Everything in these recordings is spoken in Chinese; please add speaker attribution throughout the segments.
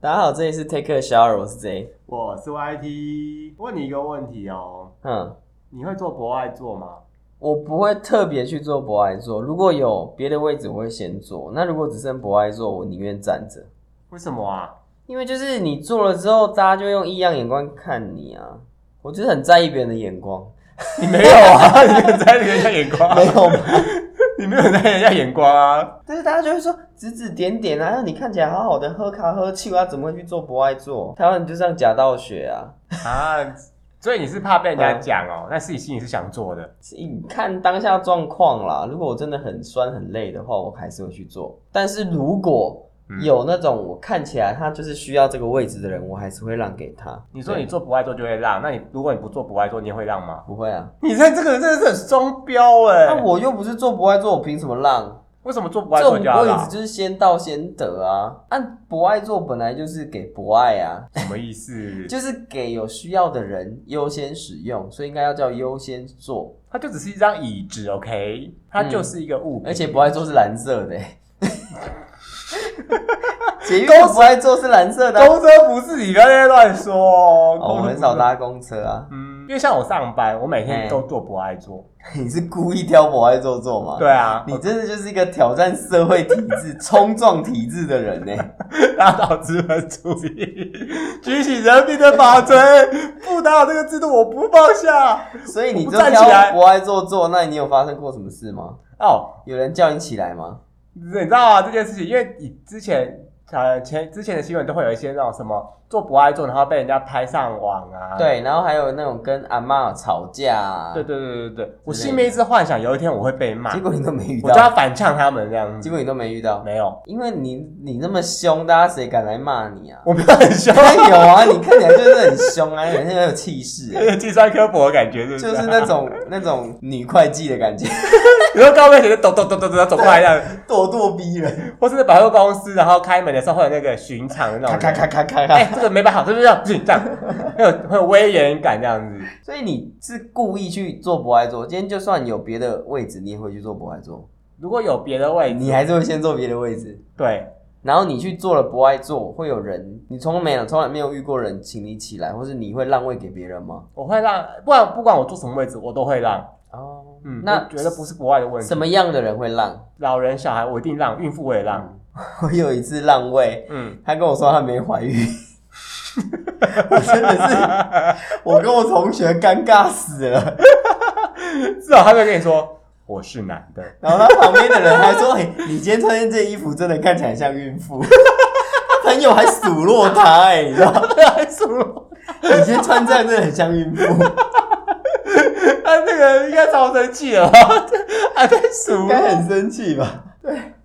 Speaker 1: 大家好，这里是 Take a Shower，我是 J。
Speaker 2: 我是 YT，问你一个问题哦，
Speaker 1: 嗯，
Speaker 2: 你会做博爱座吗？
Speaker 1: 我不会特别去做博爱座，如果有别的位置我会先做。那如果只剩博爱座，我宁愿站着，
Speaker 2: 为什么啊？
Speaker 1: 因为就是你做了之后，大家就用异样眼光看你啊。我就是很在意别人的眼光，
Speaker 2: 你没有啊，你没有在意人家眼光，啊
Speaker 1: 没有吗？
Speaker 2: 你没有在意人家眼光啊。
Speaker 1: 但是大家就会说 指指点点啊，让你看起来好好的喝咖喝气啊，怎么会去做博爱座？台湾人就这样假道学啊。
Speaker 2: 啊，所以你是怕被人家讲 哦，但是你心里是想做的。
Speaker 1: 你看当下状况啦，如果我真的很酸很累的话，我还是会去做。但是如果
Speaker 2: 嗯
Speaker 1: 有那种我看起来他就是需要这个位置的人，我还是会让给他。
Speaker 2: 你说
Speaker 1: 对
Speaker 2: 你做不爱做就会让，那你如果你不做不爱做，你也会让吗？
Speaker 1: 不会啊？
Speaker 2: 你这这个人真的是很双标哎、
Speaker 1: 那我又不是做不爱做，我凭什么让？
Speaker 2: 为什么做不爱
Speaker 1: 这
Speaker 2: 做
Speaker 1: 种
Speaker 2: 就要
Speaker 1: 位
Speaker 2: 让
Speaker 1: 置？就是先到先得啊。按不爱做本来就是给不爱啊，
Speaker 2: 什么意思？
Speaker 1: 就是给有需要的人优先使用，所以应该要叫优先做。
Speaker 2: 它就只是一张椅子，OK？它就是一个物品，
Speaker 1: 而且不爱做是蓝色的、 欸，捷运的不爱做是蓝色的啊、
Speaker 2: 公车不是你不要在那乱说 哦。
Speaker 1: 哦，我
Speaker 2: 公车不
Speaker 1: 很
Speaker 2: 是
Speaker 1: 少搭公车啊。
Speaker 2: 嗯，因为像我上班，我每
Speaker 1: 哎
Speaker 2: 天都做不爱做。
Speaker 1: 你是故意挑博爱做做吗？
Speaker 2: 对，啊，
Speaker 1: 你真的就是一个挑战社会体制、 冲撞体制的人呢、
Speaker 2: 打倒资本主义，举起人民的法锤，不打倒这个制度，我不放下。
Speaker 1: 所以你就
Speaker 2: 我不站起来
Speaker 1: 挑博爱做做，那你有发生过什么事吗？
Speaker 2: 哦，
Speaker 1: 有人叫你起来吗？
Speaker 2: 你知道啊这件事情，因为你之前呃前之前的新闻都会有一些那种什么做不爱做，然后被人家拍上网啊。
Speaker 1: 对，然后还有那种跟阿妈吵架、啊，
Speaker 2: 对对对对对对，我心里面一直幻想有一天我会被骂
Speaker 1: 结，果你都没遇
Speaker 2: 我就要
Speaker 1: 到，
Speaker 2: 反呛他们这样
Speaker 1: 结
Speaker 2: 子。
Speaker 1: 果你都没遇到，
Speaker 2: 没有，
Speaker 1: 因为你你那么凶，大家谁敢来骂你啊？
Speaker 2: 我没有很凶，
Speaker 1: 当然有啊，你看起来就是很凶啊，很很有气势、欸，
Speaker 2: 计算科普的感觉是不是？
Speaker 1: 就是那种那种女会计的感觉，
Speaker 2: 你说高跟鞋抖抖抖抖抖走过来这样，
Speaker 1: 咄咄逼人，
Speaker 2: 或是百货公司，然后开门的时候会有那个巡场的那
Speaker 1: 咔
Speaker 2: 种
Speaker 1: 咔
Speaker 2: 人，
Speaker 1: 咔咔咔咔
Speaker 2: 哎、。这个没办法，就是这样，就是这样， 会有会有威严感这样子。
Speaker 1: 所以你是故意去做不爱做，今天就算有别的位置，你也会去做不爱做，
Speaker 2: 如果有别的位置，
Speaker 1: 你还是会先做别的位置，
Speaker 2: 对，
Speaker 1: 然后你去做了不爱做，会有人，你从没有从来没有遇过人请你起来，或是你会让位给别人吗？
Speaker 2: 我会让，不管不管我坐什么位置，我都会让。
Speaker 1: 哦，
Speaker 2: 嗯，
Speaker 1: 那
Speaker 2: 我觉得不是国外的问题
Speaker 1: 什，么样的人会让？
Speaker 2: 老人小孩我一定让，孕妇我也让。
Speaker 1: 我有一次让位，
Speaker 2: 嗯，
Speaker 1: 她跟我说她没怀 孕。我真的是，我跟我同学尴尬死了。
Speaker 2: 嗯至少他会跟你说我是男的，
Speaker 1: 然后他旁边的人还说：“哎、你今天穿件这衣服真的看起来像孕妇。” 他朋友还数落他、哎，你知道吗？
Speaker 2: 还说
Speaker 1: 你今天穿这样真的很像 孕妇，
Speaker 2: 他这个应该超生气了吧， 还在数
Speaker 1: 应。该很生气吧？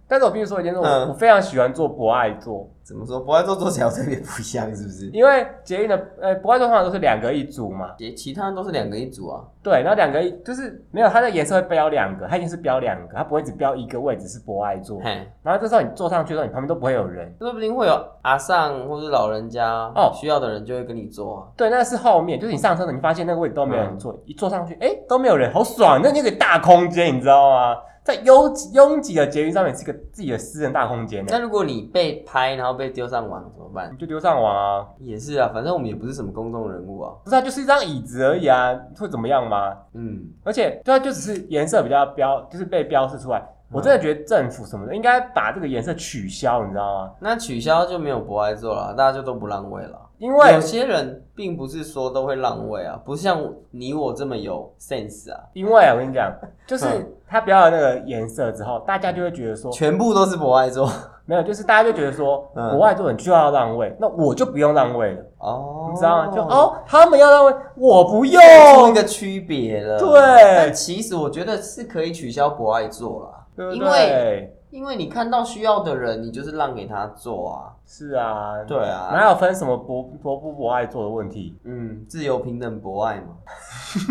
Speaker 2: 但是我必须说一件事，我
Speaker 1: 嗯
Speaker 2: 我非常喜欢做博爱做，
Speaker 1: 怎么说？不爱做做起来特别不一样，是不是？
Speaker 2: 因为捷运的呃博爱做通常都是两个一组嘛，
Speaker 1: 也其他人都是两个一组啊。
Speaker 2: 对，然后两个一就是没有，它的颜色会标两个，它一定是标两个，它不会只标一个位置是博爱座。
Speaker 1: 嘿，
Speaker 2: 然后这时候你坐上去的时候，你旁边都不会有人。
Speaker 1: 说不定会有阿上或是老人家
Speaker 2: 哦
Speaker 1: 需要的人就会跟你做啊。
Speaker 2: 对，那是后面，就是你上车的，你发现那个位置都没有人坐，一坐上去，哎，都没有人，好爽！那那个大空间，你知道吗？在拥挤拥挤的捷运上面是一个自己的私人大空间呢，
Speaker 1: 那如果你被拍然后被丢上网怎么办？
Speaker 2: 你就丢上网啊，
Speaker 1: 也是啊，反正我们也不是什么公众人物啊。
Speaker 2: 不是啊，就是一张椅子而已啊，会怎么样吗？
Speaker 1: 嗯，
Speaker 2: 而且对啊，就只是颜色比较标，就是被标示出来。我真的觉得政府什么的应该把这个颜色取消，你知道吗？
Speaker 1: 那取消就没有不爱做了，大家就都不让位了。
Speaker 2: 因为
Speaker 1: 有些人并不是说都会让位啊，不像你我这么有 sense 啊，
Speaker 2: 因为啊我跟你讲，就是
Speaker 1: 嗯
Speaker 2: 他标了那个颜色之后，大家就会觉得说，
Speaker 1: 全部都是不爱做
Speaker 2: 没有，就是大家就觉得说，
Speaker 1: 嗯
Speaker 2: 国外做人就要让位，那我就不用让位了，
Speaker 1: 哦，
Speaker 2: 你知道吗？就 哦，他们要让位，我不用。
Speaker 1: 做一个区别了。
Speaker 2: 对
Speaker 1: 但其实我觉得是可以取消不爱做啦，
Speaker 2: 对不
Speaker 1: 因
Speaker 2: 对
Speaker 1: 为？因为你看到需要的人，你就是让给他做啊。
Speaker 2: 是啊，
Speaker 1: 对啊
Speaker 2: 哪有分什么博博不博爱做的问题？
Speaker 1: 嗯，自由平等博爱 嘛。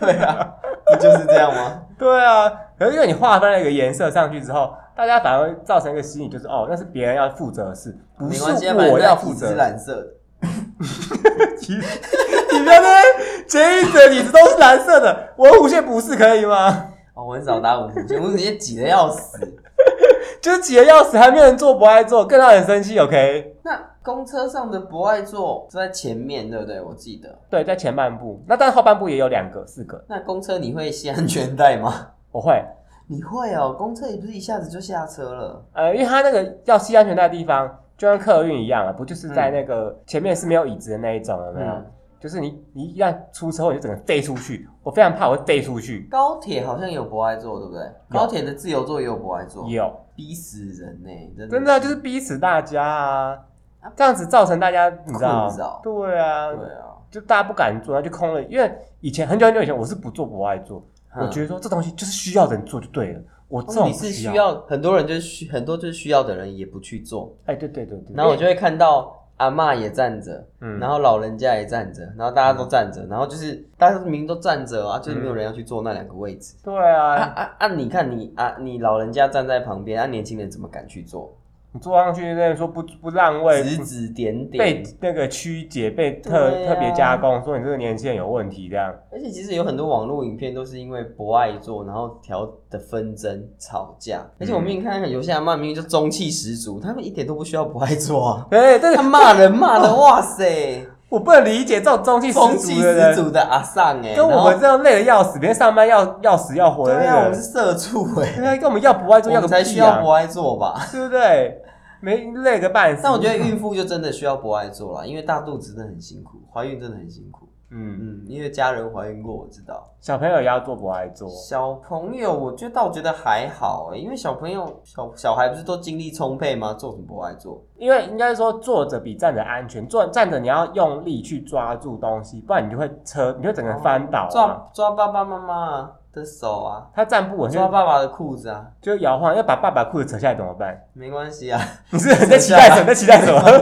Speaker 1: 对啊，不就是这样吗？
Speaker 2: 对啊，可是因为你划分了一个颜色上去之后，大家反而会造成一个吸引，就是哦，那是别人要负责的事，不
Speaker 1: 哦没
Speaker 2: 是
Speaker 1: 关系，啊
Speaker 2: 我要负
Speaker 1: 反正那椅子是蓝
Speaker 2: 责。
Speaker 1: 色的。
Speaker 2: 其实 你不要在这一整椅子都是蓝色的，我弧线不是可以吗？
Speaker 1: 哦，我很少打五福线，我直接挤得要死。
Speaker 2: 就是挤得要死，还没有人做不爱做，更让人生气。OK，
Speaker 1: 那公车上的不爱坐坐在前面，对不对？我记得。
Speaker 2: 对，在前半部，那但后半部也有两个、四个，
Speaker 1: 那公车你会系安全带吗？
Speaker 2: 我会，
Speaker 1: 你会哦，公车也不是一下子就下车了。
Speaker 2: 呃，因为它那个要系安全带的地方，就跟客运一样啊，不就是在那个前面是没有椅子的那一种，有没有？
Speaker 1: 嗯
Speaker 2: 就是你你一旦出车祸，你就整个飞出去，我非常怕我会飞出去。
Speaker 1: 高铁好像有不爱坐，对不对？高铁的自由座也有不爱坐，
Speaker 2: 有，
Speaker 1: 逼死人呢、真的啊
Speaker 2: 真的啊就是逼死大家啊，这样子造成大家你知
Speaker 1: 困扰
Speaker 2: 道？对啊，
Speaker 1: 对啊。
Speaker 2: 就大家不敢做，然后就空了。因为以前很久很久以前，我是不做不爱做，我觉
Speaker 1: 得
Speaker 2: 得说这东西就是需要人做就对了。我这
Speaker 1: 嗯
Speaker 2: 种
Speaker 1: 哦你
Speaker 2: 不
Speaker 1: 是需
Speaker 2: 要，
Speaker 1: 要很多人就是需很多就是需要的人也不去做，
Speaker 2: 哎，对对对对。
Speaker 1: 然后我就会看到阿嬷也站着，
Speaker 2: 嗯
Speaker 1: 然后老人家也站着，然后大家都站着，然后就是大家明明都站着啊，就是没有人要去坐那两个位置。
Speaker 2: 对啊，
Speaker 1: 啊啊啊！你看你啊，你老人家站在旁边，啊，年轻人怎么敢去坐？
Speaker 2: 你坐上去那边说不不让位，
Speaker 1: 指指点
Speaker 2: 被
Speaker 1: 点。
Speaker 2: 那个曲解，被特、
Speaker 1: 对啊
Speaker 2: 特别加工，说你这个年轻人有问题这样。
Speaker 1: 而且其实有很多网络影片都是因为不爱坐，然后调的纷争吵架。而且我明明看看有些阿嬷明明就中气十足，他们一点都不需要不爱坐啊。
Speaker 2: 哎、这
Speaker 1: 他
Speaker 2: 个
Speaker 1: 骂人骂的，哇 塞，
Speaker 2: 我不能理解这种中气
Speaker 1: 风
Speaker 2: 十
Speaker 1: 气
Speaker 2: 足的
Speaker 1: 十
Speaker 2: 人，
Speaker 1: 足的阿尚哎、
Speaker 2: 跟我们
Speaker 1: 然后
Speaker 2: 这样累的要死，别人上班要要死要活的
Speaker 1: 对
Speaker 2: 那
Speaker 1: 啊，我
Speaker 2: 个
Speaker 1: 们是
Speaker 2: 人，
Speaker 1: 社畜哎、
Speaker 2: 对啊，跟我们要不爱做
Speaker 1: 我
Speaker 2: 要个
Speaker 1: 们
Speaker 2: 屁啊
Speaker 1: 才需 要不爱做 吧？
Speaker 2: 对不对？没累个半死。
Speaker 1: 但我觉得孕妇就真的需要不爱做啦，因为大肚子真的很辛苦，怀孕真的很辛苦。
Speaker 2: 嗯，
Speaker 1: 嗯，因为家人怀孕过，我知道。
Speaker 2: 小朋友也要做不爱做，
Speaker 1: 小朋友，我就倒觉得还好、欸，因为小朋友小小孩不是都精力充沛吗？做什么不爱做？
Speaker 2: 因为应该说坐着比站着安全，坐站着你要用力去抓住东西，不然你就会车，你就整个
Speaker 1: 哦
Speaker 2: 翻倒、啊。
Speaker 1: 抓抓爸爸妈妈的手啊，
Speaker 2: 他站不稳就
Speaker 1: 抓爸爸的裤子啊，
Speaker 2: 就摇晃，要把爸爸裤子扯下来怎么办？
Speaker 1: 没关系啊。
Speaker 2: 你是很在期待什么？你在期待什么？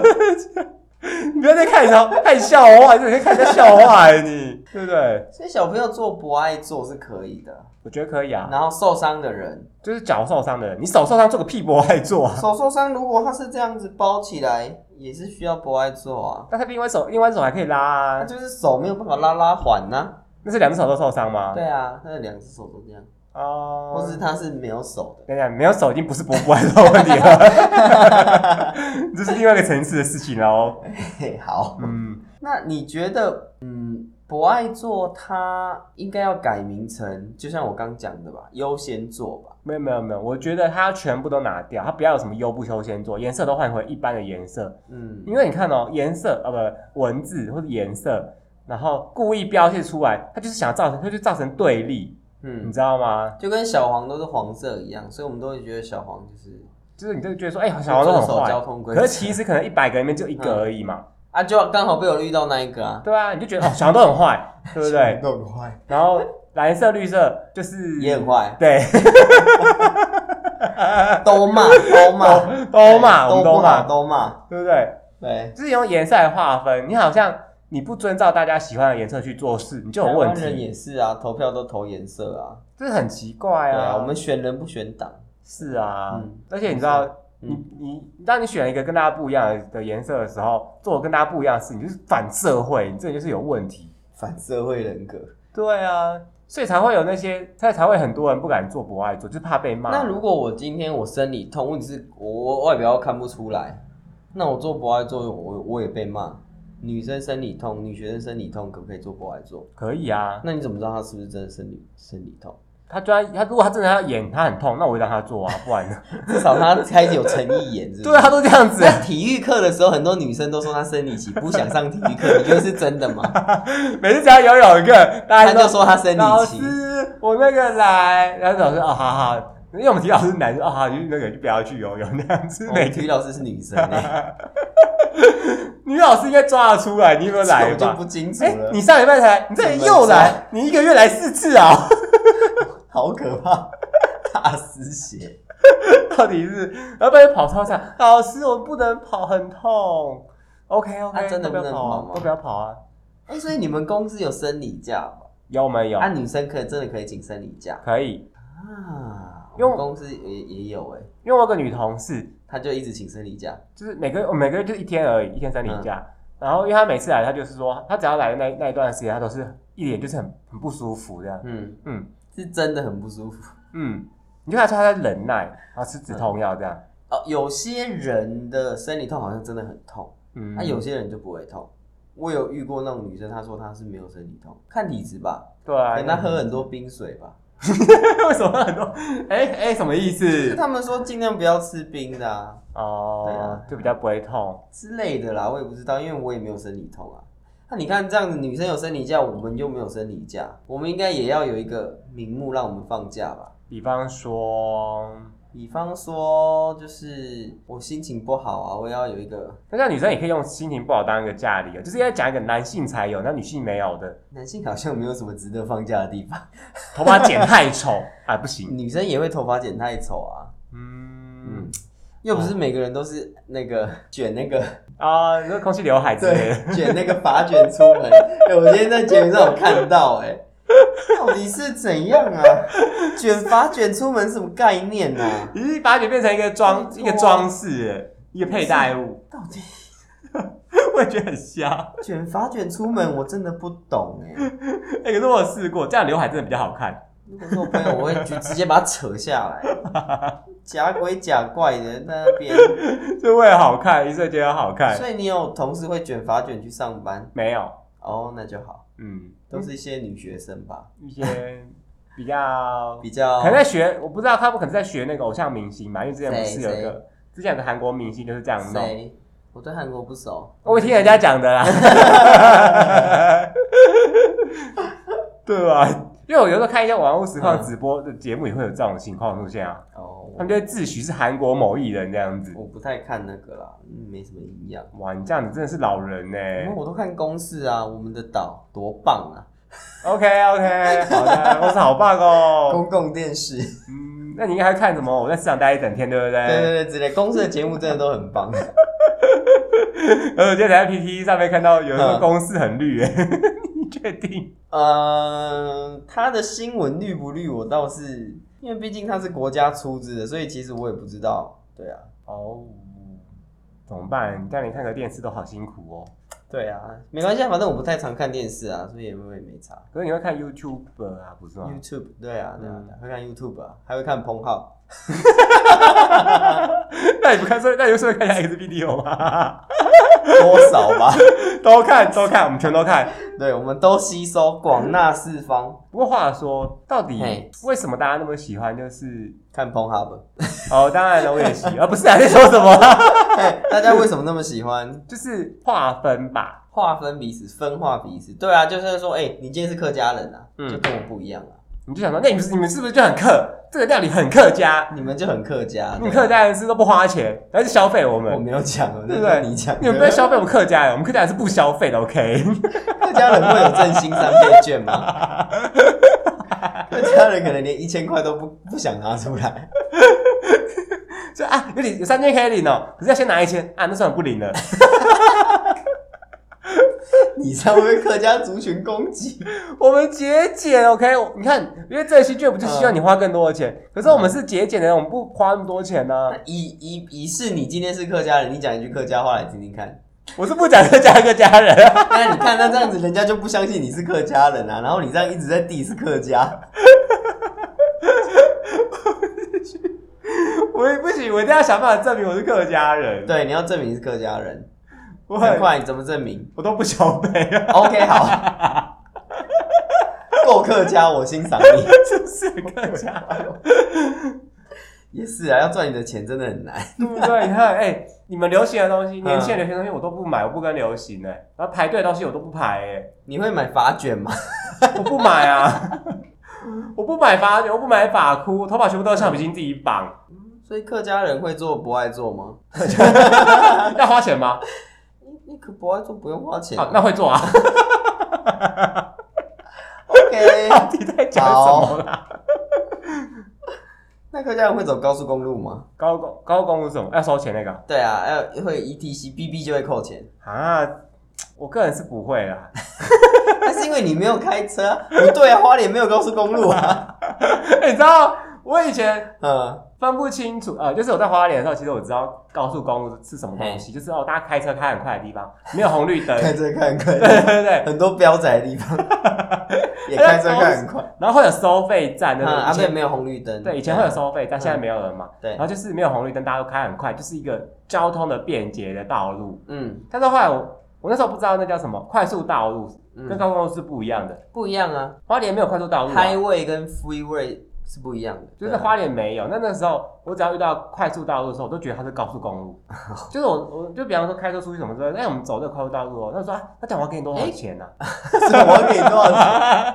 Speaker 2: 你不要再看什么看笑话，你在看人家笑话哎、你对不对？
Speaker 1: 所以小朋友做不爱做是可以的。
Speaker 2: 我觉得可以啊，
Speaker 1: 然后受伤的人，
Speaker 2: 就是脚受伤的人，你手受伤做个屁不爱做啊。
Speaker 1: 手受伤如果他是这样子包起来，也是需要博爱做啊。
Speaker 2: 但是另外一手，另外一手还可以拉
Speaker 1: 那
Speaker 2: 啊，
Speaker 1: 就是手没有办法拉拉环呐、
Speaker 2: 那是两只手都受伤吗？
Speaker 1: 对啊，他的两只手都这样，
Speaker 2: 哦，
Speaker 1: 或是他是没有手
Speaker 2: 等一下没有手已经不是不不爱做的问题了， 这是另外一个层次的事情了哦。
Speaker 1: 的。 嘿嘿，好。
Speaker 2: 嗯，
Speaker 1: 那你觉得，嗯，博爱做它应该要改名成，就像我刚讲的吧，优先做吧。
Speaker 2: 没有没有没有，我觉得它全部都拿掉，它不要有什么优不优先做，颜色都换回一般的颜色，
Speaker 1: 嗯，
Speaker 2: 因为你看哦，颜色啊不文字或者颜色，然后故意标示出来，它就是想造成，它就造成对立，你
Speaker 1: 嗯，
Speaker 2: 知道吗？
Speaker 1: 就跟小黄都是黄色一样，所以我们都会觉得小黄就是
Speaker 2: 就是你就觉得说，哎、小黄都很
Speaker 1: 遵守交
Speaker 2: 坏，
Speaker 1: 通规则。
Speaker 2: 可是其实可能一百个里面就一个而已嘛，
Speaker 1: 啊，就刚好被我遇到那一个啊，
Speaker 2: 对啊，你就觉得哦，小黄都很坏，对 不对？
Speaker 1: 都很坏，
Speaker 2: 然后蓝色、绿色就是
Speaker 1: 也很坏。
Speaker 2: 对，
Speaker 1: 都骂，都骂，
Speaker 2: 都嘛，我们
Speaker 1: 都不
Speaker 2: 都
Speaker 1: 好，
Speaker 2: 嘛，
Speaker 1: 都骂，
Speaker 2: 对不对？
Speaker 1: 对。
Speaker 2: 就是用颜色来划分，你好像你不遵照大家喜欢的颜色去做事，你就有问
Speaker 1: 台湾人
Speaker 2: 题，
Speaker 1: 也是啊，投票都投颜色啊，
Speaker 2: 这是很奇怪
Speaker 1: 对
Speaker 2: 啊。
Speaker 1: 啊，我们选人不选党，
Speaker 2: 是啊，
Speaker 1: 嗯
Speaker 2: 而且你知道，
Speaker 1: 没
Speaker 2: 你
Speaker 1: 错
Speaker 2: 你当你选了一个跟大家不一样的颜色的时候，做跟大家不一样的事，你就是反社会，你这就是有问题。
Speaker 1: 反社会人格。
Speaker 2: 对啊，所以才会有那些，才才会很多人不敢做，不爱做，就是怕被骂。
Speaker 1: 那如果我今天我生理痛，问题是我我外表又看不出来，那我做博爱做，我我也被骂。女生生理痛，女学生生理痛，可不可以做博爱做？
Speaker 2: 可以啊，
Speaker 1: 那你怎么知道她是不是真的生理生理痛？
Speaker 2: 他居然他如果他真的要演，他很痛，那我会让他做啊，不然呢？
Speaker 1: 至少她开始有诚意演， 是不是
Speaker 2: 对啊，他都这样子，
Speaker 1: 在体育课的时候，很多女生都说她生理期不想上体育课，你觉得是真 的吗？
Speaker 2: 每次只要有有一个，大
Speaker 1: 她
Speaker 2: 家
Speaker 1: 就
Speaker 2: 都
Speaker 1: 说她生
Speaker 2: 哎老
Speaker 1: 理期，
Speaker 2: 师，我那个来，然后老师哦，好好，因为我们体育老师是男生，哦，好，就那个就不要去游泳那样子，
Speaker 1: 我
Speaker 2: 哦每
Speaker 1: 们哦
Speaker 2: 天
Speaker 1: 体育老师是女生欸，
Speaker 2: 女老师应该抓得出来，你有没有 来
Speaker 1: 我就
Speaker 2: 吧
Speaker 1: 不？清楚
Speaker 2: 哎、
Speaker 1: 了。
Speaker 2: 你上礼拜才来，你这里又来，你一个月来四次啊？
Speaker 1: 好可怕，大失 血。
Speaker 2: 到底是，然后被跑操场，老师我不能跑，很痛。OK OK，、
Speaker 1: 啊真的
Speaker 2: 都不
Speaker 1: 不
Speaker 2: 要
Speaker 1: 能
Speaker 2: 跑
Speaker 1: 跑
Speaker 2: 啊
Speaker 1: 吗，
Speaker 2: 都不要跑啊。
Speaker 1: 哎、所以你们公司有生理假吧？
Speaker 2: 有没有？
Speaker 1: 啊，女生可以真的可以请生理假
Speaker 2: 可以，
Speaker 1: 啊？
Speaker 2: 因为
Speaker 1: 我们公司也也有哎、
Speaker 2: 因为我有个女同事，
Speaker 1: 她就一直请生理假。
Speaker 2: 就是每个我每个月就一天而已，一天三
Speaker 1: 嗯
Speaker 2: 天假。然后因为她每次来，她就是说，她只要来的那那一段时间，她都是一脸就是很很不舒服这样。
Speaker 1: 嗯，
Speaker 2: 嗯
Speaker 1: 是真的很不舒服。
Speaker 2: 嗯，你就看得出她在忍耐，然后吃止痛药这样。
Speaker 1: 哦，有些人的生理痛好像真的很痛，
Speaker 2: 嗯，
Speaker 1: 那、有些人就不会痛。我有遇过那种女生，她说她是没有生理痛，看体质吧，
Speaker 2: 对
Speaker 1: 可
Speaker 2: 啊，
Speaker 1: 能她喝很多冰水吧。
Speaker 2: 为什么很多？哎、哎、什么意
Speaker 1: 就是
Speaker 2: 思？
Speaker 1: 他们说尽量不要吃冰的啊
Speaker 2: 哦，
Speaker 1: 对啊
Speaker 2: 就比较不会痛。
Speaker 1: 之类的啦，我也不知道，因为我也没有生理痛啊。那你看这样子，女生有生理假，我们又没有生理假，我们应该也要有一个名目让我们放假吧？
Speaker 2: 比方说，
Speaker 1: 比方说，就是我心情不好啊，我要有一个
Speaker 2: 那像女生也可以用心情不好当一个假理由，就是要讲一个男性才有，那女性没有的，
Speaker 1: 男性好像没有什么值得放假的地方，
Speaker 2: 头发剪太丑 啊，不行。
Speaker 1: 女生也会头发剪太丑啊，
Speaker 2: 嗯
Speaker 1: 又不是每个人都是那个卷那个
Speaker 2: 啊，你说空气刘海之类的，
Speaker 1: 对，卷那个发卷出门。哎、我今天在节目上有看到、哎，到底是怎样啊？卷发卷出门什么概念呢、啊？
Speaker 2: 你是把它变成一个装
Speaker 1: 没错
Speaker 2: 一个装饰，一个佩戴物，
Speaker 1: 到底
Speaker 2: 我也觉得很瞎。
Speaker 1: 卷发卷出门，我真的不懂哎、
Speaker 2: 哎，可是我有试过，这样刘海真的比较好看。
Speaker 1: 如果是我朋友，我会就直接把它扯下来， 假鬼假怪的在那边。
Speaker 2: 就为了好看，一瞬间好看。
Speaker 1: 所以你有同事会卷发卷去上班
Speaker 2: 没有，
Speaker 1: 哦，那就好，
Speaker 2: 嗯，
Speaker 1: 都是一些女学生吧，
Speaker 2: 一些比较
Speaker 1: 比较
Speaker 2: 可能在学，我不知道他们可能在学那个偶像明星嘛，因为之前不
Speaker 1: 谁
Speaker 2: 是有一个之前有个韩国明星就是这样弄，
Speaker 1: 谁？我对韩国不熟，
Speaker 2: 哦我听人家 讲的啦， 对吧？因为我有时候看一些网络实况直播的节目，也会有这种情况出现啊。
Speaker 1: 哦，
Speaker 2: 他们就会自诩是韩国某艺人这样子。
Speaker 1: 我不太看那个啦，嗯没什么营养。
Speaker 2: 哇，你这样你真的是老人呢、
Speaker 1: 因为我都看公式啊，我们的岛多棒啊！
Speaker 2: OK OK，好的，我是好棒哦。
Speaker 1: 公共电视，
Speaker 2: 嗯，那你应该还看什么？我在市场待一整天，对不 对？
Speaker 1: 对对对，之类公式的节目真的都很棒。
Speaker 2: 而我今天在 PPT 上面看到有一个
Speaker 1: 嗯
Speaker 2: 公式很绿、欸， 你确定？
Speaker 1: 呃，它的新闻绿不绿，我倒是因为毕竟它是国家出资的，所以其实我也不知道。对啊，
Speaker 2: 哦，怎么办？叫你看个电视都好辛苦哦。
Speaker 1: 对啊，没关系啊，反正我不太常看电视啊，所以也没也没差。
Speaker 2: 可是你会看 YouTube 啊，不是吗？
Speaker 1: YouTube，对啊，对啊，
Speaker 2: 嗯
Speaker 1: 对啊会看 YouTube 啊，还会看彭浩。
Speaker 2: 那你不看，所以那你为什么看一下 XVideo 吗？
Speaker 1: 多少吧？
Speaker 2: 都看，都看，我们全都看。
Speaker 1: 对，我们都吸收，广纳四方。
Speaker 2: 不过话说，到底
Speaker 1: 嘿
Speaker 2: 为什么大家那么喜欢？就是
Speaker 1: 看彭浩吧，
Speaker 2: 哦，当然了，我也喜，啊，不是啊，在说什么 啊？
Speaker 1: 嘿哎大家为什么那么喜欢？
Speaker 2: 就是划分吧。
Speaker 1: 划分彼此，分化彼此。对啊，就是说，哎、你今天是客家人啊，
Speaker 2: 嗯
Speaker 1: 就跟我不一样啊，
Speaker 2: 你就想说，那你们是你们是不是就很客？这个料理很客家，
Speaker 1: 你们就很客家。
Speaker 2: 你
Speaker 1: 对
Speaker 2: 们 客家人是都不花钱，然后就消费我
Speaker 1: 我
Speaker 2: 们，
Speaker 1: 没有讲，我在
Speaker 2: 对不对？
Speaker 1: 跟你讲，
Speaker 2: 你们不要消费我们客家人，我们客家人是不消费的，OK？
Speaker 1: 客家人会有振兴三倍券吗？客家人可能连一千块都不不想拿出来，
Speaker 2: 就啊，有领有三千可以领哦，可是要先拿一千啊，那算我不领了。
Speaker 1: 你才会被客家族群攻击。
Speaker 2: 我们节俭，OK？我你看，因为这些券不就希望你花更多的钱，可是我们是节俭的人，我们不花那么多钱呢、啊
Speaker 1: 以以以示你今天是客家人，你讲一句客家话来听听看。
Speaker 2: 我是不讲客家客家人 啊。
Speaker 1: 那你看，那这样子人家就不相信你是客家人啊，然后你这样一直在 diss 客家，
Speaker 2: 我也不行，我一定要想办法证明我是客家人。，
Speaker 1: 对，你要证明是客家人，
Speaker 2: 我
Speaker 1: 很
Speaker 2: 很
Speaker 1: 快，你怎么证明？
Speaker 2: 我都不消费啊，
Speaker 1: OK，好，够客家，我欣赏你。
Speaker 2: 是不是客家？
Speaker 1: 也是啊，要赚你的钱真的很难。
Speaker 2: 对不对？你看，哎、你们流行的东西，
Speaker 1: 嗯
Speaker 2: 年轻人流行的东西我都不买，我不跟流行哎、然后排队的东西我都不排哎、
Speaker 1: 你会买发卷吗？
Speaker 2: 我不买 啊，我不买发卷，我不买发箍，头发全部都是橡皮筋自己绑，
Speaker 1: 所以客家人会做不爱做吗？
Speaker 2: 要花钱 吗？
Speaker 1: 你你可不爱做不用花钱。
Speaker 2: 好，那会 做啊。
Speaker 1: OK，
Speaker 2: 到底在讲什么啦？
Speaker 1: 那客家人会走高速公路吗？
Speaker 2: 高公高公是什么？要收钱那个
Speaker 1: 对啊，要会 ETC BB 就会扣钱，
Speaker 2: 啊？我个人是不会 啦。
Speaker 1: 那是因为你没有开 车啊。不对啊，花莲没有高速公路啊。
Speaker 2: 你知道我以前
Speaker 1: 嗯，
Speaker 2: 分不清楚，呃，就是我在花莲的时候，其实我知道高速公路是什么东西，就是哦，大家开车开很快的 地方，没有红绿灯，
Speaker 1: 开
Speaker 2: 对
Speaker 1: 车看看，
Speaker 2: 对对对，
Speaker 1: 很多标仔的地 方，也开车看很快。
Speaker 2: 然后会有收费站，对
Speaker 1: 啊，
Speaker 2: 不对？
Speaker 1: 啊
Speaker 2: 以
Speaker 1: 对，
Speaker 2: 前
Speaker 1: 没有红绿灯。
Speaker 2: 对以前会有收费站，现在没有了嘛，
Speaker 1: 对
Speaker 2: 然后就是没有红绿灯，大家都开很快，就是一个交通的便捷的道路。
Speaker 1: 嗯，
Speaker 2: 但是后来我我那时候不知道那叫什么快速道路，
Speaker 1: 嗯
Speaker 2: 跟高速公路是不一样的。
Speaker 1: 不一样啊
Speaker 2: 花莲没有快速道路啊、
Speaker 1: ，highway 跟 freeway 是不一样的，
Speaker 2: 就是
Speaker 1: 对啊
Speaker 2: 花莲没有。那那时候我只要遇到快速道路的时候，我都觉得它是高速公 路。就是我我就比方说开车出去什么之类的，哎，我们走这个快速道路哦。那时候啊，那讲我要给你多
Speaker 1: 哎
Speaker 2: 少钱啊呢、
Speaker 1: 什么？我要给多少钱？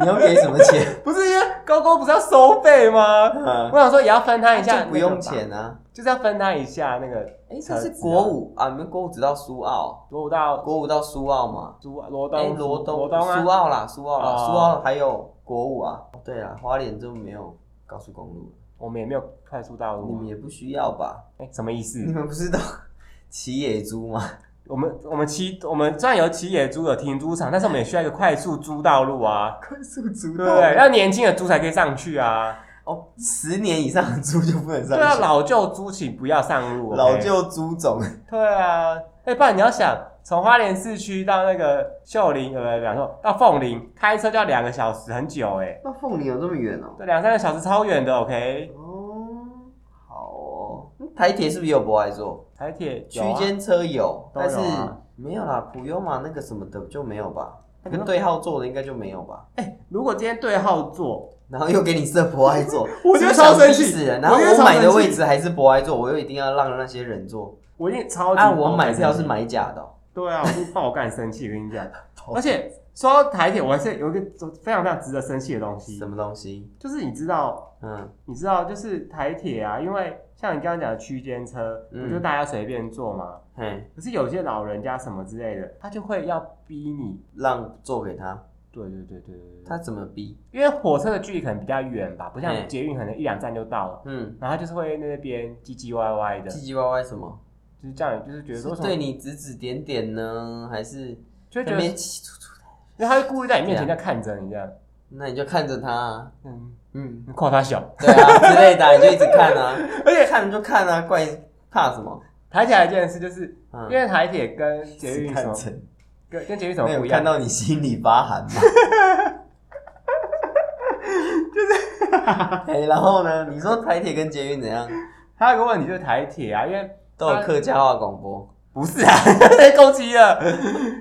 Speaker 1: 你要给什么钱？
Speaker 2: 不是因为高工不是要收费吗？
Speaker 1: 嗯
Speaker 2: 我想说也要分摊一下，
Speaker 1: 就不用，钱啊。
Speaker 2: 就是要分摊一下那个
Speaker 1: 哎，这是国五啊，你们国五只到苏澳，
Speaker 2: 罗到
Speaker 1: 国五到苏澳嘛？
Speaker 2: 竹啊罗
Speaker 1: 哎，
Speaker 2: 东
Speaker 1: 罗东、
Speaker 2: 罗东
Speaker 1: 苏
Speaker 2: 啊，
Speaker 1: 澳啦，苏澳啦，
Speaker 2: 哦
Speaker 1: 苏澳还有国五啊。对啊，花莲就没有高速公路，
Speaker 2: 我们也没有快速道
Speaker 1: 你们
Speaker 2: 路。啊
Speaker 1: 也不需要吧？
Speaker 2: 哎，什么意思
Speaker 1: 你？们不是都 骑野猪吗？
Speaker 2: 我们我们骑我们虽然有骑野猪有停猪场，但是我们也需要一个快速猪道路啊，
Speaker 1: 快速猪
Speaker 2: 对不对？要年轻的猪才可以上去啊。
Speaker 1: 哦，十年以上的猪就不能上
Speaker 2: 对啊，
Speaker 1: 去，
Speaker 2: 老旧猪请不要上路。
Speaker 1: 老
Speaker 2: OK？
Speaker 1: 旧猪种。
Speaker 2: 对啊，哎、不然你要想，从花莲市区到那个秀林，呃，不，比方说到凤林，开车就要两个小时，很久哎、
Speaker 1: 那凤梨有这么远哦？
Speaker 2: 对，两三个小时超远的。OK，
Speaker 1: 哦，好哦。台铁是不是也有不爱坐？
Speaker 2: 台铁
Speaker 1: 区
Speaker 2: 有啊
Speaker 1: 间车有，
Speaker 2: 都
Speaker 1: 但
Speaker 2: 有
Speaker 1: 是
Speaker 2: 啊
Speaker 1: 没有啦，普悠玛那个什么的就没有吧？那个对号坐的应该就没有吧？
Speaker 2: 哎如果今天对号坐，，
Speaker 1: 然后又给你设博爱座
Speaker 2: 我觉得
Speaker 1: 是不是
Speaker 2: 超生气
Speaker 1: 想逼死人。然后
Speaker 2: 我觉得
Speaker 1: 我
Speaker 2: 超
Speaker 1: 买的
Speaker 2: 生气
Speaker 1: 位置还是博爱座，我又一定要让那些人坐。
Speaker 2: 我一定超级。
Speaker 1: 啊，我买票是。买假的哦、
Speaker 2: 对啊，我就爆干生气，我跟你 讲。而且说到台铁，我还是有一个非常非常值得生气的东西
Speaker 1: 什，么东西？
Speaker 2: 就是你知道
Speaker 1: 嗯
Speaker 2: 你知道，就是台铁啊，因为像你刚刚讲的区间车，
Speaker 1: 嗯
Speaker 2: 不就大家随便坐嘛。
Speaker 1: 嘿，
Speaker 2: 可是有些老人家什么之类的，他就会要逼你。
Speaker 1: 让座给他，
Speaker 2: 对对对对对对。
Speaker 1: 他怎么逼？
Speaker 2: 因为火车的距离可能比较远吧，不像
Speaker 1: 嗯
Speaker 2: 捷运可能一两站就到了，
Speaker 1: 嗯，
Speaker 2: 然后他就是会在那边唧唧歪歪的，
Speaker 1: 唧唧歪歪什么？
Speaker 2: 就是这样，就是觉得
Speaker 1: 是
Speaker 2: 说什么
Speaker 1: 对，你指指点点呢，还是
Speaker 2: 就会
Speaker 1: 那
Speaker 2: 觉得，
Speaker 1: 边
Speaker 2: 因
Speaker 1: 起出出？
Speaker 2: 为他会故意在你面前在看着你这样，
Speaker 1: 那你就看着他、啊，
Speaker 2: 嗯，
Speaker 1: 嗯，
Speaker 2: 你夸他小，
Speaker 1: 对啊之类的啊，你就一直看啊，
Speaker 2: 而且
Speaker 1: 看就看啊，怪怕什么？
Speaker 2: 台铁还有一件事就是，
Speaker 1: 嗯
Speaker 2: 因为台铁跟捷运什
Speaker 1: 看
Speaker 2: 么
Speaker 1: 成
Speaker 2: 跟跟捷运什
Speaker 1: 没
Speaker 2: 么
Speaker 1: 有
Speaker 2: 不一样
Speaker 1: 看，到你心里发寒 吗？ 就是，哎，然后呢？你说台铁跟捷运怎样？
Speaker 2: 还有一个问题就是台铁啊，因为
Speaker 1: 都有客家话广播，
Speaker 2: 不是啊， 被攻击了，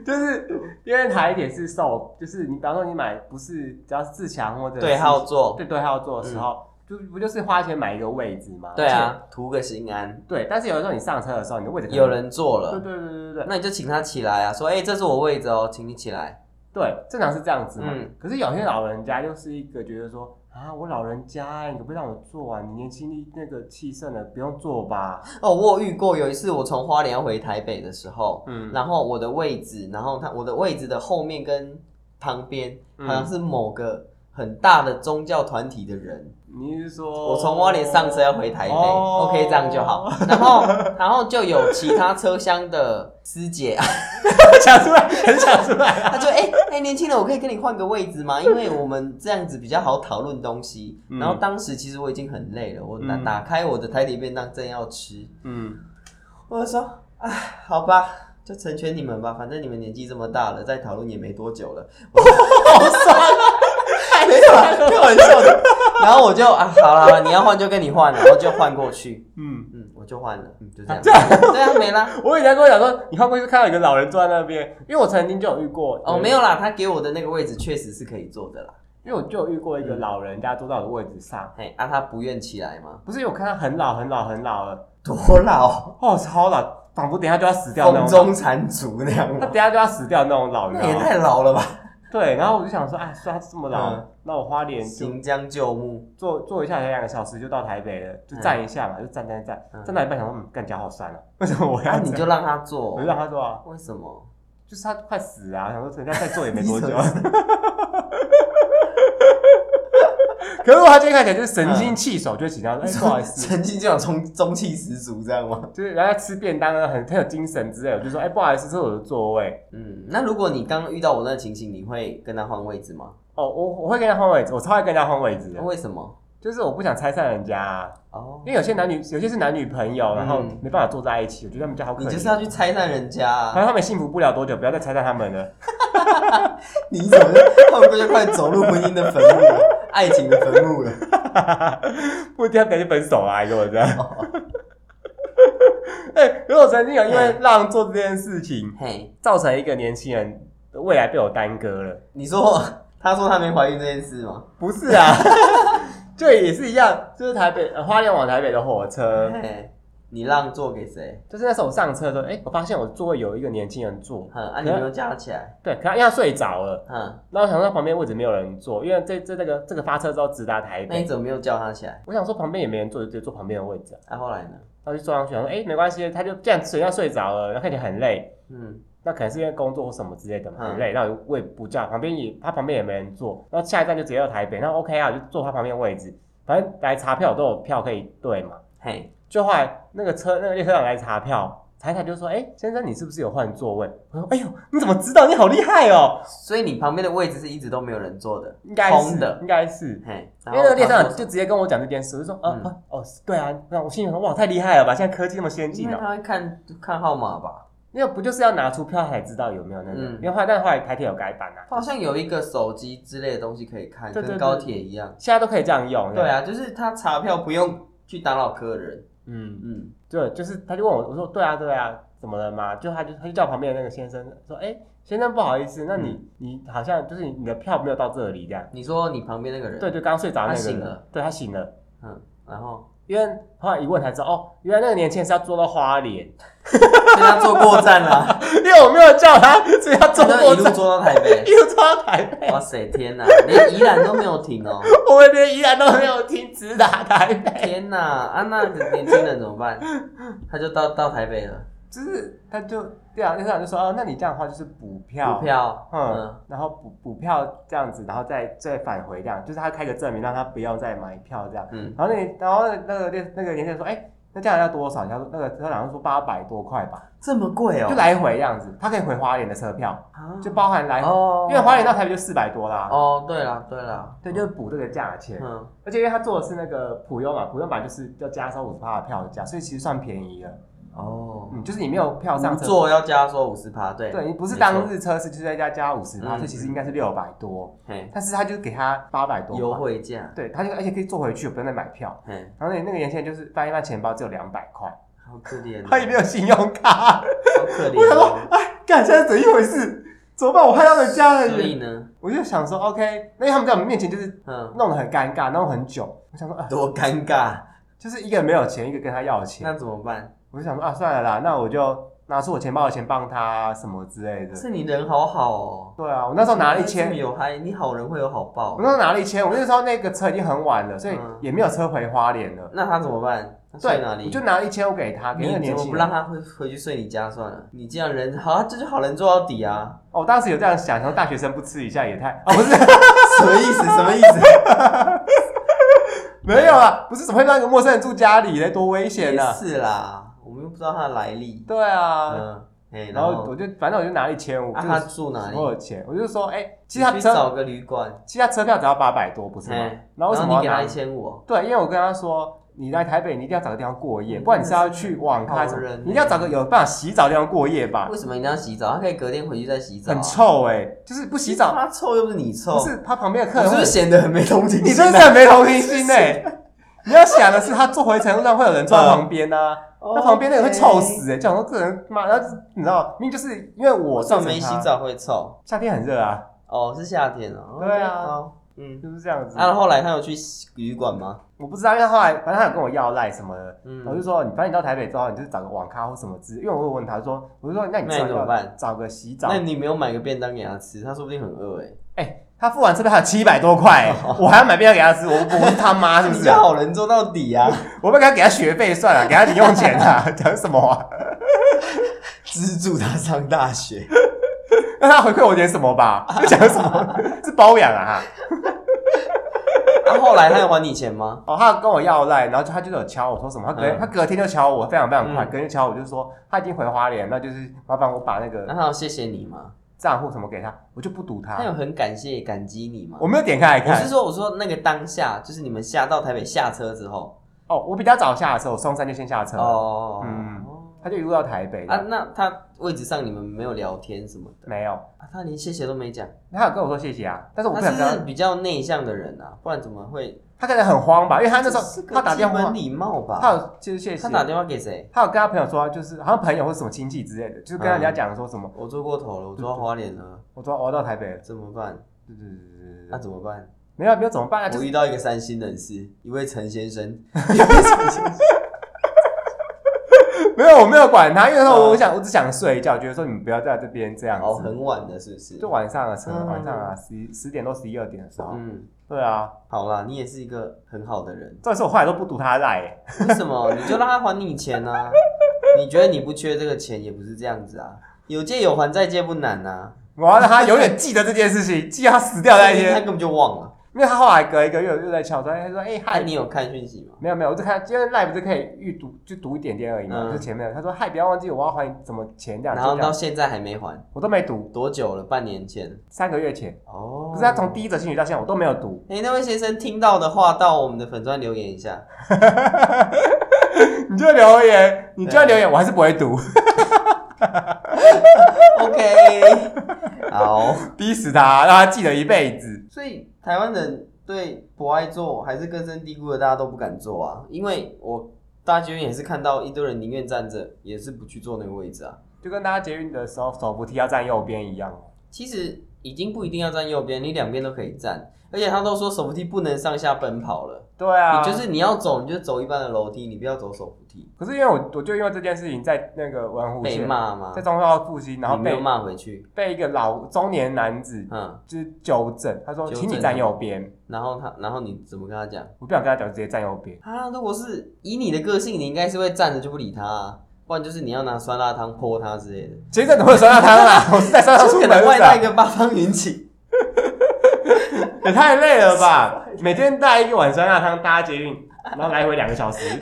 Speaker 2: 就是因为台铁是受，就是你比方说你买不是只要是自强或者是
Speaker 1: 对号座，
Speaker 2: 对对号座的时候，就不就是花钱买一个位置吗？
Speaker 1: 嗯对，啊，图个心安，
Speaker 2: 对，但是有的时候你上车的时候，你的位置可能
Speaker 1: 有，人坐
Speaker 2: 对
Speaker 1: 了，
Speaker 2: 对对对对对
Speaker 1: 那你就请他起来啊，说，哎，这是我位置哦，请你起来。
Speaker 2: 对，正常是这样子嘛。
Speaker 1: 嗯
Speaker 2: 可是有些老人家就是一个觉得说啊，我老人家，你可不可以让我坐啊？你年轻力那个气盛的，不用坐吧？
Speaker 1: 哦，我有遇过，有一次我从花莲要回台北的时候，
Speaker 2: 嗯，
Speaker 1: 然后我的位置，然后他我的位置的后面跟旁边好
Speaker 2: 嗯
Speaker 1: 像是某个很大的宗教团体的人，
Speaker 2: 你是说
Speaker 1: 我从花莲上 车要回台北、
Speaker 2: 哦
Speaker 1: o k 这样就 好。然后然后就有其他车厢的师姐，
Speaker 2: 讲出来，很讲出来啊。
Speaker 1: 他就哎哎、年轻人，我可以跟你换个位置 吗？因为我们这样子比较好讨论东西。
Speaker 2: 嗯
Speaker 1: 然后当时其实我已经很累了，我打、
Speaker 2: 嗯
Speaker 1: 打开我的台底便当正要吃，
Speaker 2: 嗯。
Speaker 1: 我就说，哎，好吧，就成全你们吧，反正你们年纪这么大了，再讨论也没多久了。
Speaker 2: 好酸啊！
Speaker 1: 没有啦，开玩笑的。然后我就啊，好啦，你要换就跟你换，然后就换过去，
Speaker 2: 嗯，
Speaker 1: 嗯，我就换了，嗯，就这样，
Speaker 2: 这样
Speaker 1: 对啊，没啦。
Speaker 2: 我以前跟我讲说，你会不会是看到有个老人坐在那边？因为我曾经就有遇过
Speaker 1: 哦，没
Speaker 2: 有，
Speaker 1: 有啦，他给我的那个位置确实是可以坐的啦。
Speaker 2: 因为我就有遇过一个老人家坐到我的位置上，
Speaker 1: 嘿，啊，他不愿起来吗？
Speaker 2: 不是因为我看他很老很老很老了，
Speaker 1: 多老，
Speaker 2: 哦，超老，仿佛等一下就要死掉那
Speaker 1: 风
Speaker 2: 种，
Speaker 1: 中残烛那样
Speaker 2: 他
Speaker 1: 吗
Speaker 2: 等一？下就要死掉那种老 人
Speaker 1: 那，也太老了吧！
Speaker 2: 对。然后我就想说，哎，虽然他这么老
Speaker 1: 嗯，
Speaker 2: 那我花莲就
Speaker 1: 行将就木，
Speaker 2: 坐坐一下，才两个小时就到台北了，就站一下嘛，就站站站，
Speaker 1: 嗯
Speaker 2: 站到一半想说，嗯，干脚好酸啊， 为什么我
Speaker 1: 那
Speaker 2: 要
Speaker 1: 你
Speaker 2: 这样？
Speaker 1: 就 让他
Speaker 2: 我
Speaker 1: 坐
Speaker 2: 就，让他坐啊，
Speaker 1: 为什么？
Speaker 2: 就是他快死啊，我想说人家再坐 也没
Speaker 1: 你
Speaker 2: 多
Speaker 1: 怎
Speaker 2: 久
Speaker 1: 么。
Speaker 2: 可是我今天看起来就是神清气爽，就会紧张说，哎、不好意 思，
Speaker 1: 曾经就想冲中气十足这样吗？
Speaker 2: 就是人家吃便当啊，很很有精神之类的，我就说，哎、不好意思，这是我的座位。
Speaker 1: 嗯，那如果你刚刚遇到我那个情形，你会跟他换位置吗？啊嗯
Speaker 2: 哦，我我会跟他换位置，我超爱跟他换位置的，
Speaker 1: 为什么？
Speaker 2: 就是我不想拆散人家、啊，
Speaker 1: 哦
Speaker 2: 因，为有些男女有些是男女朋友，然后
Speaker 1: 嗯
Speaker 2: 没办法坐在一起，我觉得他们就好可
Speaker 1: 你
Speaker 2: 怜。
Speaker 1: 就是要去拆散人家、啊，
Speaker 2: 反正他们幸福不了多久，不要再拆散他们了。
Speaker 1: 你怎么他们不就快走入婚姻的坟墓 了，爱情的坟墓了？
Speaker 2: 不一定要赶紧分手啊，跟我这样。 哎、如果曾经有因为让做这件事情，
Speaker 1: 嘿，
Speaker 2: 造成一个年轻人的未来被我耽搁了，
Speaker 1: 你说她说她没怀孕这件事吗？
Speaker 2: 不是啊？就也是一样，就是台北、呃花莲往台北的火车，
Speaker 1: 嘿，你让座给谁？
Speaker 2: 就是那时候我上车的时候，哎、我发现我座位有一个年轻人坐，
Speaker 1: 哼，啊，你没有加起来，
Speaker 2: 对，可他因为他睡着了，
Speaker 1: 哼，
Speaker 2: 然后我想说旁边位置没有人坐，因为这这这个这个发车之后直达台
Speaker 1: 那你
Speaker 2: 北，
Speaker 1: 怎么没有叫她起来？
Speaker 2: 我想说旁边也没人坐，就直接坐旁边的位置啊，
Speaker 1: 啊，后来呢？
Speaker 2: 然后就坐上去，然后说哎、没关系，他就这样睡觉睡着了，然后看起来很累，
Speaker 1: 嗯，
Speaker 2: 那可能是因为工作或什么之类的嘛，
Speaker 1: 嗯
Speaker 2: 很累，然后我也不叫，旁边也他旁边也没人坐，然后下一站就直接到台北，那 OK 啊，我就坐他旁边位置，反正来查票都有票可以对嘛。
Speaker 1: 嘿，
Speaker 2: 就后来那个车那个列车长来查票，查一查就说：“哎、先生，你是不是有换座位？”我说：“哎呦，你怎么知道？你好厉害哦！
Speaker 1: 所以你旁边的位置是一直都没有人坐的，
Speaker 2: 应该是
Speaker 1: 空的，
Speaker 2: 应该是。”
Speaker 1: 嘿，
Speaker 2: 因
Speaker 1: 然
Speaker 2: 为
Speaker 1: 后
Speaker 2: 那个列车
Speaker 1: 她
Speaker 2: 长
Speaker 1: 说
Speaker 2: 就直接跟我讲这件事，我就说：“啊、
Speaker 1: 嗯
Speaker 2: 啊哦，对啊。”那我心里想：“哇，太厉害了吧！现在科技那么先
Speaker 1: 因
Speaker 2: 进
Speaker 1: 为
Speaker 2: 了、
Speaker 1: 他会看看号码吧？
Speaker 2: 因为不就是要拿出票才知道有没有那个？
Speaker 1: 嗯
Speaker 2: 因为后来但后来台铁有改版啊，
Speaker 1: 好像有一个手机之类的东西可以看，
Speaker 2: 对对
Speaker 1: 跟
Speaker 2: 对
Speaker 1: 高铁一样。
Speaker 2: 现在都可以这样用。
Speaker 1: 对，啊，就是他查票不用去打扰客人。
Speaker 2: 嗯。
Speaker 1: 嗯，
Speaker 2: 对，就是他就问我，我说对啊对啊，怎么了嘛？就他就他就叫旁边的那个先生说，哎，先生不好意思，那你、你好像就是你的票没有到这里这样。
Speaker 1: 你说你旁边那个人，
Speaker 2: 对，就刚睡着那个人，
Speaker 1: 他醒了
Speaker 2: 对他醒了，
Speaker 1: 嗯，然后
Speaker 2: 因为后来一问才知道，哦，原来那个年轻人是要坐到花 莲，
Speaker 1: 所以他坐过站啦，
Speaker 2: 因为我没有叫他，所以他 坐
Speaker 1: 他就
Speaker 2: 过
Speaker 1: 一路
Speaker 2: 站，
Speaker 1: 坐到台北。
Speaker 2: 一路坐到台北，
Speaker 1: 哇塞，天哪，连宜兰都没有停哦！
Speaker 2: 我们连依然都没有停直达台北，
Speaker 1: 天哪，啊，那年轻人怎么办？他就到到台北了，
Speaker 2: 就是他就对啊，那场就说，哦，那你这样的话就是补票，
Speaker 1: 股票，嗯
Speaker 2: 嗯，然后补补票这样子，然后再再返回这样，就是他开个证明让他不要再买票这样。
Speaker 1: 嗯，
Speaker 2: 然后那然后那个那个店那个年轻人说，哎、那这样要多少？他说那个他好像说八百多块吧，
Speaker 1: 这么贵
Speaker 2: 就
Speaker 1: 哦，
Speaker 2: 来回这样子，他可以回花莲的车票，
Speaker 1: 啊
Speaker 2: 就包含来回，
Speaker 1: 哦，
Speaker 2: 因为花莲到台北就四百多啦。
Speaker 1: 哦，对啦对啦，
Speaker 2: 对，就是补这个价钱，
Speaker 1: 嗯，
Speaker 2: 而且因为他做的是那个普优嘛，普优版就是要加收五十趴的票价，所以其实算便宜了。
Speaker 1: 哦，
Speaker 2: 嗯，就是你没有票上车，
Speaker 1: 坐要加说五十趴，对，
Speaker 2: 对，你不是
Speaker 1: 没
Speaker 2: 当
Speaker 1: 错，
Speaker 2: 日车是就是在家加五十趴，
Speaker 1: 嗯
Speaker 2: 所以其实应该是六百多。
Speaker 1: 嘿，
Speaker 2: 但是他就给他八百多块
Speaker 1: 优，惠价，
Speaker 2: 对，他就而且可以坐回去，不用再买票。
Speaker 1: 嘿，
Speaker 2: 然后那那个年轻人就是发现他钱包只有两百块，
Speaker 1: 好可 怜哦，
Speaker 2: 他也没有信用卡，
Speaker 1: 好可
Speaker 2: 我
Speaker 1: 怜
Speaker 2: 想说
Speaker 1: 哦，
Speaker 2: 哎，干现在怎么一回事？怎么办？我害到人家
Speaker 1: 所以
Speaker 2: 了。
Speaker 1: 呢，
Speaker 2: 我就想说，OK，那因为他们在我们面前就是
Speaker 1: 嗯，
Speaker 2: 弄得很尴尬，弄很久。我想说，啊，
Speaker 1: 多尴尬，
Speaker 2: 就是一个没有钱，一个跟他要钱。
Speaker 1: 那怎么办？
Speaker 2: 我就想说啊，算了啦，那我就拿出我钱包的钱帮他什么之类的。
Speaker 1: 是你人好好哦，
Speaker 2: 对啊，我那时候拿了一千
Speaker 1: 你，有嗨，你好人会有好报
Speaker 2: 我，那时候拿了一千，我那时候那个车已经很晚了，所以
Speaker 1: 嗯
Speaker 2: 也没有车回花莲了。
Speaker 1: 那他怎么办？他
Speaker 2: 对
Speaker 1: 睡哪，里？
Speaker 2: 我就拿了一千我给他，给啊那
Speaker 1: 你
Speaker 2: 个年
Speaker 1: 怎么
Speaker 2: 轻
Speaker 1: 不让。
Speaker 2: 人
Speaker 1: 他回回去睡你家算了？你这样人好、啊，这就好人做到底 啊！
Speaker 2: 哦，我当时有这样想，说大学生不吃一下也太……哦，不是，
Speaker 1: 什么意思？什么意 思？
Speaker 2: 没有啊，不是怎么会让一个陌生人住家里嘞？多危险
Speaker 1: 也
Speaker 2: 呢、啊！
Speaker 1: 是啦，我们又不知道他的来历。
Speaker 2: 对啊，
Speaker 1: 嗯，哎、
Speaker 2: 然
Speaker 1: 然
Speaker 2: 后
Speaker 1: 后
Speaker 2: 我就反正我就拿了一千五，
Speaker 1: 啊，
Speaker 2: 就
Speaker 1: 他
Speaker 2: 是
Speaker 1: 住哪里？
Speaker 2: 所有钱，我就说，哎、其
Speaker 1: 其
Speaker 2: 实他
Speaker 1: 去
Speaker 2: 车，
Speaker 1: 找个旅馆，
Speaker 2: 其实他车票只要八百多，不是吗？
Speaker 1: 哎，
Speaker 2: 然后为什么
Speaker 1: 你
Speaker 2: 要
Speaker 1: 给他
Speaker 2: 拿
Speaker 1: 一？千五？
Speaker 2: 对，因为我跟他说，你来台北，你一定要找个地方过夜，
Speaker 1: 嗯
Speaker 2: 不然你是要去网咖什
Speaker 1: 好
Speaker 2: 么
Speaker 1: 人，
Speaker 2: 你一定要找个有办法洗澡的地方过夜吧
Speaker 1: 为。什么一定要洗澡？他可以隔天回去再洗澡、啊。
Speaker 2: 很，臭哎、就是不洗澡，
Speaker 1: 他臭又不是你臭，
Speaker 2: 不是他旁边的客
Speaker 1: 我
Speaker 2: 人
Speaker 1: 是不
Speaker 2: 会
Speaker 1: 是显得很没同情心啊、
Speaker 2: 你真的很没同情心哎、你要想的是，他坐回程路上会有人坐在旁边呐、啊，
Speaker 1: 哦
Speaker 2: 那旁边的人会臭死哎、欸！讲说这人妈，然后你知道，明明就是因为我
Speaker 1: 我上没洗
Speaker 2: 造成他，
Speaker 1: 澡会臭。
Speaker 2: 夏天很热啊，
Speaker 1: 哦，是夏天哦。
Speaker 2: 对啊
Speaker 1: 哦嗯，
Speaker 2: 就是这样子。
Speaker 1: 啊，后来他有去旅馆吗？
Speaker 2: 我不知道，因为后来反正他有跟我要赖什么的，
Speaker 1: 嗯
Speaker 2: 我就说你反正你到台北之后，你就是找个网咖或什么之，因为我会问他说，我就说那你
Speaker 1: 那你
Speaker 2: 找
Speaker 1: 怎么
Speaker 2: 个
Speaker 1: 办
Speaker 2: 找个洗澡，
Speaker 1: 那
Speaker 2: 哎、
Speaker 1: 你没有买个便当给他吃，他说不定很饿哎、
Speaker 2: 他付完车票还有七百多块、欸
Speaker 1: 哦
Speaker 2: 我还要买便当给他吃，我我是他妈
Speaker 1: 那
Speaker 2: 是啊不
Speaker 1: 你
Speaker 2: 是
Speaker 1: 就？好人做到底啊！
Speaker 2: 我不该给他学费算了，给他零用钱啊，讲什么啊？
Speaker 1: 资助他上大学，
Speaker 2: 那他回馈我点什么吧？讲什么？ 是包养啊？
Speaker 1: 那、啊后来他有还你钱吗？
Speaker 2: 哦，他跟我要赖，然后就他就有敲我说什么，他隔、
Speaker 1: 嗯
Speaker 2: 他隔天就敲我，非常非常
Speaker 1: 嗯
Speaker 2: 快，隔天就敲我就说他已经回花莲，那就是麻烦我把那
Speaker 1: 那
Speaker 2: 个
Speaker 1: 他有谢谢你吗？
Speaker 2: 账户什么给
Speaker 1: 嗯
Speaker 2: 他，我就不读
Speaker 1: 他有
Speaker 2: 他。
Speaker 1: 很感谢感激你吗？
Speaker 2: 我没有点开来
Speaker 1: 我是
Speaker 2: 看。
Speaker 1: 说，我说那个当下，就是你们下到台北下车之后，
Speaker 2: 哦，我比较早下的时候，松山就先下车，
Speaker 1: 哦，
Speaker 2: 嗯他就一路到台北。
Speaker 1: 啊，那他位置上你们没有聊天什么的，
Speaker 2: 没有，
Speaker 1: 啊、他连谢谢都没讲，
Speaker 2: 他有跟我说谢谢啊，但是我不
Speaker 1: 他
Speaker 2: 想跟他
Speaker 1: 是，比较内向的人啊，不然怎么会？
Speaker 2: 他可能很慌吧，因为他那时
Speaker 1: 这是
Speaker 2: 候
Speaker 1: 个
Speaker 2: 他打电
Speaker 1: 基
Speaker 2: 话
Speaker 1: 本，礼貌
Speaker 2: 他
Speaker 1: 吧？
Speaker 2: 有就是谢谢
Speaker 1: 他，打电话给谁？
Speaker 2: 他有跟他朋友说，就是好像朋友或什么亲戚之类的，就是跟人家讲说什么，
Speaker 1: 我做过头了，我做到花脸了，
Speaker 2: 我说我哦要到台北了，
Speaker 1: 怎么办？
Speaker 2: 对对对对对
Speaker 1: 那、
Speaker 2: 对，
Speaker 1: 怎么办？
Speaker 2: 没有没有怎么办啊？就
Speaker 1: 我
Speaker 2: 是
Speaker 1: 遇到一个三星人士，一位陈先 生，一位陈先生
Speaker 2: 没有我没有管他，因为
Speaker 1: 哦
Speaker 2: 我我想我只想睡一觉，觉得说你们不要在这边这样
Speaker 1: 哦，
Speaker 2: 子，
Speaker 1: 很晚的，是不是
Speaker 2: 就？晚上啊，什么
Speaker 1: 嗯
Speaker 2: 晚上啊，十十点到十一二点的时候，
Speaker 1: 嗯，
Speaker 2: 对啊，
Speaker 1: 好啦，你也是一个很好的人。
Speaker 2: 但是我后来都不读他赖，欸
Speaker 1: 为什么？ 你就让他还你钱啊！你觉得你不缺这个钱，也不是这样子啊。有借有还，再借不难啊。
Speaker 2: 我要让他永远记得这件事情，记得他死掉那一
Speaker 1: 他
Speaker 2: 天，
Speaker 1: 根本就忘了。
Speaker 2: 因为他后来隔一个月又在敲他，他说哎
Speaker 1: 哎，
Speaker 2: 嗨，
Speaker 1: 你有看讯息吗？
Speaker 2: 没有没有，我就看，因为 live 就可以预读，就读一点点而已嘛，
Speaker 1: 嗯
Speaker 2: 就前面的他说嗨，不要忘记我要还你什么钱这样，
Speaker 1: 然后
Speaker 2: 就这样
Speaker 1: 到现在还没还，
Speaker 2: 我都没读，
Speaker 1: 多久了？半年前。
Speaker 2: 三个月前，
Speaker 1: 哦
Speaker 2: 不是他从第一则信息到现在我都没有读，
Speaker 1: 哎、那位先生听到的话，到我们的粉砖留言一下。
Speaker 2: 你就留言，你就
Speaker 1: 对
Speaker 2: 留言，我还是不会读，
Speaker 1: OK，好。
Speaker 2: 逼死他，让他记得一辈子。
Speaker 1: 所以台湾人对不爱做还是根深蒂固的，大家都不敢做啊。因为我大学也是看到一堆人宁愿站着，也是不去坐那个位置啊。
Speaker 2: 就跟大家捷运的时候手扶梯要站右边一样，
Speaker 1: 其实已经不一定要站右边，你两边都可以站。而且他都说手扶梯不能上下奔跑了，
Speaker 2: 对啊，
Speaker 1: 你就是你要走，你就走一般的楼梯，你不要走手扶梯。
Speaker 2: 可是因为我我就因为这件事情在那个文湖
Speaker 1: 被
Speaker 2: 线，
Speaker 1: 骂吗
Speaker 2: 在？中校复兴，然后
Speaker 1: 你没有
Speaker 2: 被
Speaker 1: 骂回去，
Speaker 2: 被一个老中年男子
Speaker 1: 嗯，
Speaker 2: 就是纠正，他说
Speaker 1: 纠正
Speaker 2: 请你站右边，
Speaker 1: 然后他，然后你怎么跟他讲？
Speaker 2: 我不想跟他讲，直接站右边。
Speaker 1: 啊，如果是以你的个性，你应该是会站着就不理他、啊，不然就是你要拿酸辣汤泼他之类的，
Speaker 2: 其实怎么会酸辣汤 啦？我是在酸辣汤
Speaker 1: 就
Speaker 2: 出
Speaker 1: 可
Speaker 2: 门
Speaker 1: 能外带一
Speaker 2: 的，
Speaker 1: 个八方云集。
Speaker 2: 也太累 了吧！每天带一碗酸辣汤搭捷运，然后来回两个 小时。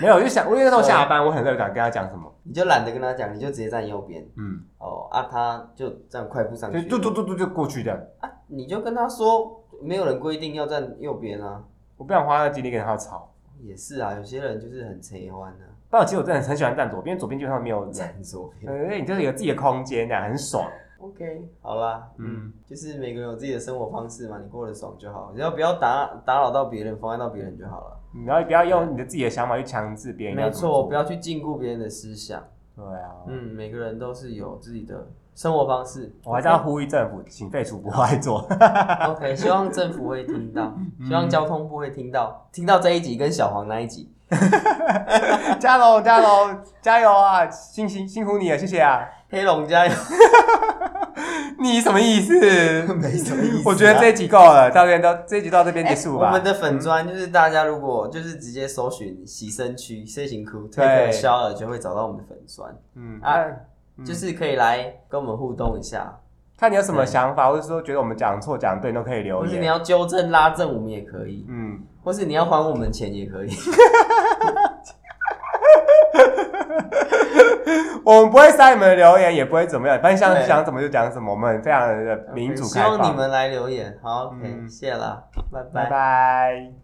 Speaker 2: 没有，我就想，我那时候下班，我很累，我想跟他讲什么，
Speaker 1: 你就懒得跟他讲，你就直接站右边
Speaker 2: 嗯，
Speaker 1: 哦，啊，他就这样快步上
Speaker 2: 就
Speaker 1: 去，
Speaker 2: 嘟嘟嘟嘟就过去的。
Speaker 1: 啊，你就跟他说，没有人规定要站右边啊。
Speaker 2: 我不想花那精力跟他吵。
Speaker 1: 也是啊，有些人就是很贼欢啊，
Speaker 2: 但我其实我真的很喜欢站左边，因为左边基本上没有人，
Speaker 1: 站左边。
Speaker 2: 呃因为你就是有自己的空间，那样很爽。
Speaker 1: OK，好啦，嗯，
Speaker 2: 嗯，
Speaker 1: 就是每个人有自己的生活方式嘛，你过得爽就好，只要不要打打扰到别人，妨碍到别人就好了。
Speaker 2: 你要不要用你的自己的想法去强制别人？
Speaker 1: 没错，不。要去禁锢别人的思想。
Speaker 2: 对啊，
Speaker 1: 嗯，每个人都是有自己的生活方式。
Speaker 2: 我还是要呼吁政府，请废除不爱做。
Speaker 1: OK，希望政府会听到，
Speaker 2: 嗯
Speaker 1: 希望交通部会听到，听到这一集跟小黄那一集。
Speaker 2: 加油，加油，加油啊！辛辛辛苦你了，谢谢啊！
Speaker 1: 黑龙加油！
Speaker 2: 你什么意思？
Speaker 1: 没什么意思啊
Speaker 2: 我觉得这一集够了，到这边到这一集到这边
Speaker 1: 哎
Speaker 2: 结束
Speaker 1: 我
Speaker 2: 吧。
Speaker 1: 们的粉砖就是大家如果就是直接搜寻洗身区、C 型哭、推
Speaker 2: 对
Speaker 1: 特、肖尔，就会找到我们的粉砖，
Speaker 2: 嗯
Speaker 1: 啊
Speaker 2: 啊，嗯
Speaker 1: 就是可以来跟我们互动一下，
Speaker 2: 看你有什么想法，或者说觉得我们讲错讲对，都可以留
Speaker 1: 或是你
Speaker 2: 言。
Speaker 1: 要纠正拉正我们也可以，
Speaker 2: 嗯，
Speaker 1: 或是你要还我们钱也可以。
Speaker 2: 我们不会删你们的留言，也不会怎么样，反正想
Speaker 1: 对
Speaker 2: 想怎么就讲什么，我们非常的民主
Speaker 1: 希
Speaker 2: 开放。
Speaker 1: 望你们来留言，好，OK，
Speaker 2: 嗯
Speaker 1: 谢啦，拜拜
Speaker 2: 拜。拜。